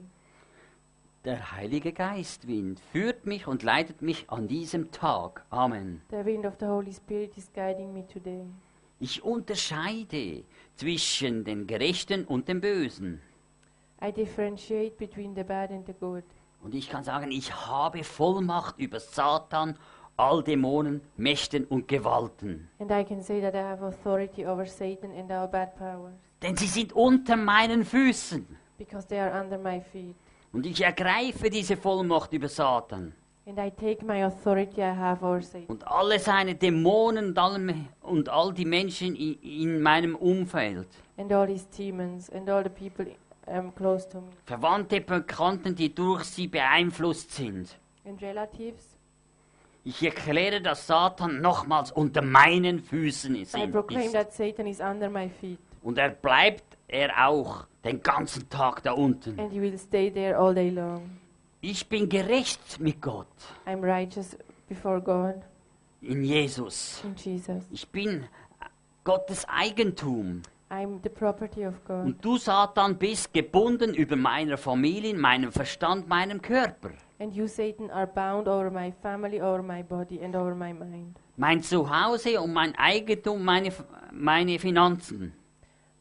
[SPEAKER 1] Der Heilige Geist wind führt mich und leitet mich an diesem Tag. Amen.
[SPEAKER 2] The wind of the Holy Spirit is guiding me today.
[SPEAKER 1] Ich unterscheide zwischen den Gerechten und dem Bösen.
[SPEAKER 2] I differentiate between the bad and the good.
[SPEAKER 1] Und ich kann sagen, ich habe Vollmacht über Satan, all Dämonen, Mächten und Gewalten.
[SPEAKER 2] And I can say that I have authority over Satan and all bad powers
[SPEAKER 1] Denn sie sind unter meinen Füßen.
[SPEAKER 2] because they are under my feet.
[SPEAKER 1] Und ich ergreife diese Vollmacht über Satan
[SPEAKER 2] And I take my authority I have over Satan
[SPEAKER 1] und alle seine Dämonen und, allem, und all die Menschen in, in meinem Umfeld.
[SPEAKER 2] and all his demons and all the people um, close to me
[SPEAKER 1] Verwandte, Bekannten, die durch sie beeinflusst sind.
[SPEAKER 2] and relatives.
[SPEAKER 1] Ich erkläre, dass Satan nochmals unter meinen Füßen ist.
[SPEAKER 2] I proclaim that Satan is under my feet
[SPEAKER 1] Und er bleibt er auch den ganzen Tag da unten.
[SPEAKER 2] and he will stay there all day long.
[SPEAKER 1] Ich bin gerecht mit Gott
[SPEAKER 2] I'm righteous before God
[SPEAKER 1] in Jesus.
[SPEAKER 2] in Jesus.
[SPEAKER 1] Ich bin Gottes Eigentum.
[SPEAKER 2] I'm the property of God.
[SPEAKER 1] Und du, Satan, bist gebunden über meiner Familie, meinem Verstand, meinem Körper.
[SPEAKER 2] And you, Satan, are bound over my family, over my body, and over my mind,
[SPEAKER 1] Mein Zuhause und mein Eigentum, meine, F- meine Finanzen.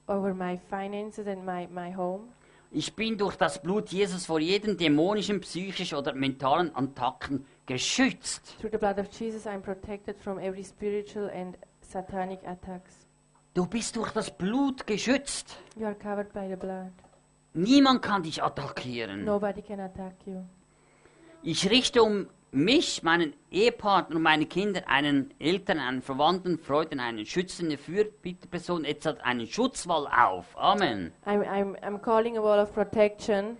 [SPEAKER 2] over my finances and my, my home.
[SPEAKER 1] Ich bin durch das Blut Jesus vor jedem dämonischen, psychischen oder mentalen Attacken geschützt.
[SPEAKER 2] Through the blood of Jesus, I'm protected from every spiritual and satanic attacks.
[SPEAKER 1] Du bist durch das Blut geschützt.
[SPEAKER 2] You are covered by the blood.
[SPEAKER 1] Niemand kann dich attackieren.
[SPEAKER 2] Nobody can attack you.
[SPEAKER 1] Ich richte um mich, meinen Ehepartner und meine Kinder, einen Eltern, einen Verwandten, Freunden, einen Schützenden, Fürbitterperson etc. einen Schutzwall auf. Amen.
[SPEAKER 2] I'm, I'm, I'm calling a wall of protection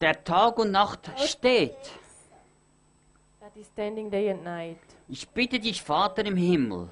[SPEAKER 1] Der Tag und Nacht steht.
[SPEAKER 2] that is standing day and night.
[SPEAKER 1] Ich bitte dich, Vater im Himmel.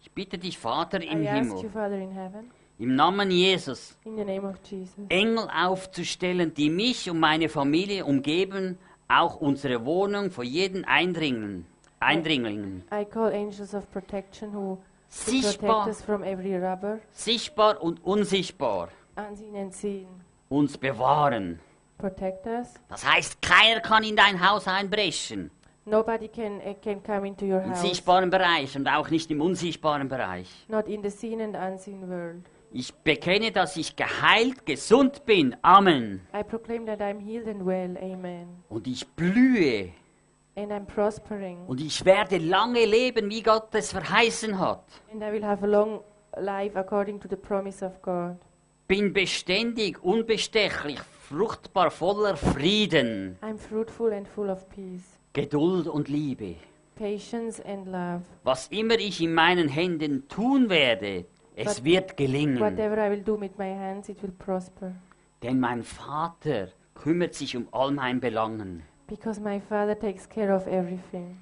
[SPEAKER 1] Ich bitte dich, Vater im
[SPEAKER 2] I ask you,
[SPEAKER 1] Himmel,
[SPEAKER 2] Father in heaven,
[SPEAKER 1] im Namen Jesus,
[SPEAKER 2] in the name of Jesus,
[SPEAKER 1] Engel aufzustellen, die mich und meine Familie umgeben, auch unsere Wohnung vor jedem Eindringlingen. Eindringlingen.
[SPEAKER 2] I call angels of protection who to protect
[SPEAKER 1] Sichtbar,
[SPEAKER 2] us from every robber,
[SPEAKER 1] sichtbar und unsichtbar
[SPEAKER 2] unseen and seen.
[SPEAKER 1] uns bewahren.
[SPEAKER 2] Protect us.
[SPEAKER 1] Das heißt, keiner kann in dein Haus einbrechen.
[SPEAKER 2] Nobody can eh, can come into your
[SPEAKER 1] Im
[SPEAKER 2] house.
[SPEAKER 1] sichtbaren Bereich und auch nicht im unsichtbaren Bereich.
[SPEAKER 2] Not in the seen and unseen world.
[SPEAKER 1] Ich bekenne, dass ich geheilt, gesund bin. Amen.
[SPEAKER 2] I proclaim that I'm healed and well. Amen.
[SPEAKER 1] Und ich blühe.
[SPEAKER 2] And I'm prospering.
[SPEAKER 1] Und ich werde lange leben, wie Gott es verheißen hat.
[SPEAKER 2] And I will have a long life according to the promise of God.
[SPEAKER 1] Bin beständig, unbestechlich, fruchtbar, voller Frieden,
[SPEAKER 2] I'm fruitful and full of peace,
[SPEAKER 1] Geduld und Liebe.
[SPEAKER 2] patience and love.
[SPEAKER 1] Was immer ich in meinen Händen tun werde, es
[SPEAKER 2] Wat-
[SPEAKER 1] wird gelingen.
[SPEAKER 2] Whatever I will do with my hands, it will prosper.
[SPEAKER 1] Denn mein Vater kümmert sich um all mein Belangen.
[SPEAKER 2] Because my Father takes care of everything.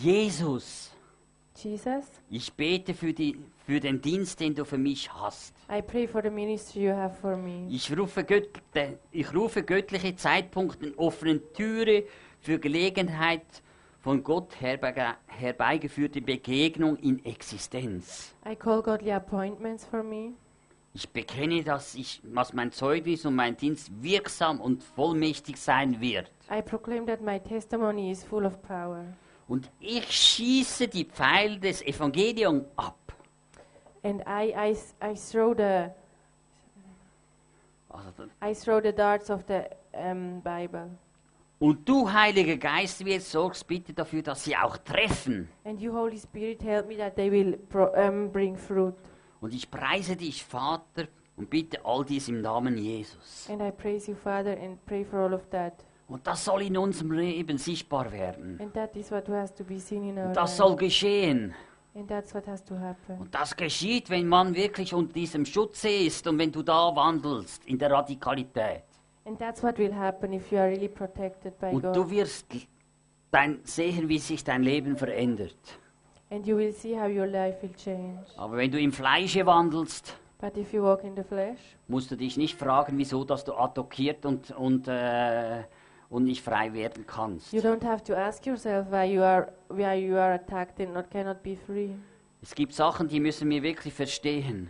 [SPEAKER 1] Jesus,
[SPEAKER 2] Jesus,
[SPEAKER 1] ich bete für, die, für den Dienst, den du für mich hast.
[SPEAKER 2] I pray for the ministry you have for me.
[SPEAKER 1] Ich rufe, gött, de- ich rufe göttliche Zeitpunkte in offenen Türe für Gelegenheit von Gott herbe herbeigeführte Begegnung in Existenz.
[SPEAKER 2] I call godly appointments for me.
[SPEAKER 1] Ich bekenne, dass, ich, dass mein Zeugnis und mein Dienst wirksam und vollmächtig sein wird.
[SPEAKER 2] I proclaim that my testimony is full of power.
[SPEAKER 1] Und ich schieße die Pfeile des Evangeliums ab.
[SPEAKER 2] And I, I, s- I throw the
[SPEAKER 1] Also, da-
[SPEAKER 2] I throw the darts of the um, Bible.
[SPEAKER 1] Und du, Heiliger Geist, wirst sorgst bitte dafür, dass sie auch treffen.
[SPEAKER 2] And you, Holy Spirit, help me that they will pro- um, bring fruit.
[SPEAKER 1] Und ich preise dich, Vater, und bitte all dies im Namen Jesus.
[SPEAKER 2] And I praise you, Father, and pray for all of that.
[SPEAKER 1] Und das soll in unserem Leben sichtbar werden.
[SPEAKER 2] And that is what has to be seen in our
[SPEAKER 1] Und das
[SPEAKER 2] life.
[SPEAKER 1] soll geschehen.
[SPEAKER 2] And that's what has to happen.
[SPEAKER 1] Und das geschieht, wenn man wirklich unter diesem Schutze ist und wenn du da wandelst in der Radikalität.
[SPEAKER 2] And that's what will happen if you are really protected by
[SPEAKER 1] Und du
[SPEAKER 2] God.
[SPEAKER 1] wirst dein, sehen, wie sich dein Leben verändert.
[SPEAKER 2] And you will see how your life will change.
[SPEAKER 1] Aber wenn du im Fleische wandelst,
[SPEAKER 2] But if you walk in the flesh,
[SPEAKER 1] musst du dich nicht fragen, wieso dass du attackiert und, und, äh, und nicht frei werden kannst.
[SPEAKER 2] you don't have to ask yourself why you are why you are attacked and not cannot be free.
[SPEAKER 1] Es gibt Sachen, die müssen wir wirklich verstehen.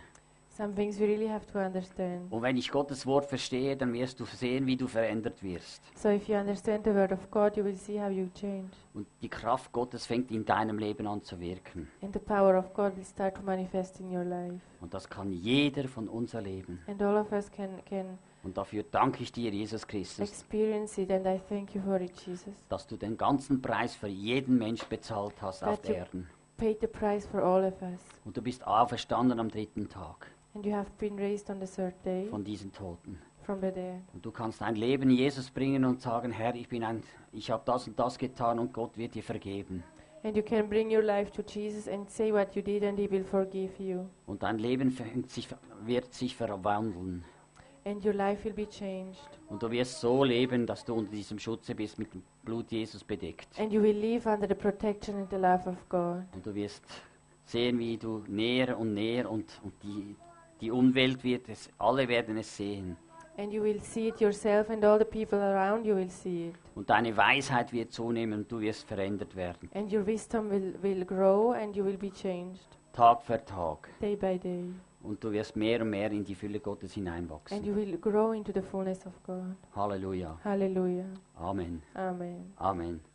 [SPEAKER 2] Some things we really have to understand.
[SPEAKER 1] Und wenn ich Gottes Wort verstehe, dann wirst du sehen, wie du verändert wirst.
[SPEAKER 2] So if you understand the word of God, you will see how you change.
[SPEAKER 1] Und die Kraft Gottes fängt in deinem Leben an zu wirken.
[SPEAKER 2] And the power of God will start to manifest in your life.
[SPEAKER 1] Und das kann jeder von uns erleben.
[SPEAKER 2] And all of us can, can
[SPEAKER 1] Und dafür danke ich dir, Jesus Christus,
[SPEAKER 2] experience it. And I thank you for it, Jesus.
[SPEAKER 1] dass du den ganzen Preis für jeden Mensch bezahlt hast auf
[SPEAKER 2] That you-
[SPEAKER 1] der Erden.
[SPEAKER 2] Paid the price for all of us.
[SPEAKER 1] Und du bist auferstanden am dritten Tag
[SPEAKER 2] And you have been raised on the third day
[SPEAKER 1] von diesen Toten.
[SPEAKER 2] from the dead.
[SPEAKER 1] Und du kannst dein Leben Jesus bringen und sagen, Herr, ich bin ein, ich habe das und das getan und Gott wird dir vergeben.
[SPEAKER 2] And you can bring your life to Jesus and say what you did, and He will forgive you.
[SPEAKER 1] Und dein Leben fängt sich, wird sich verwandeln.
[SPEAKER 2] And your life will be changed.
[SPEAKER 1] Und du wirst so leben, dass du unter diesem Schutze bist, mit dem Blut Jesus bedeckt.
[SPEAKER 2] And you will live under the protection and the love of God.
[SPEAKER 1] Und du wirst sehen, wie du näher und näher und, und die, die Umwelt wird es, alle werden es sehen.
[SPEAKER 2] And you will see it yourself, and all the people around you will see it.
[SPEAKER 1] Und deine Weisheit wird zunehmen und du wirst verändert werden.
[SPEAKER 2] And your wisdom will, will grow, and you will be changed
[SPEAKER 1] Tag für Tag.
[SPEAKER 2] day by day.
[SPEAKER 1] Und du wirst mehr und mehr in die Fülle Gottes
[SPEAKER 2] And
[SPEAKER 1] hineinwachsen.
[SPEAKER 2] you will grow into the fullness of God.
[SPEAKER 1] Halleluja.
[SPEAKER 2] Hallelujah.
[SPEAKER 1] Amen.
[SPEAKER 2] Amen.
[SPEAKER 1] Amen.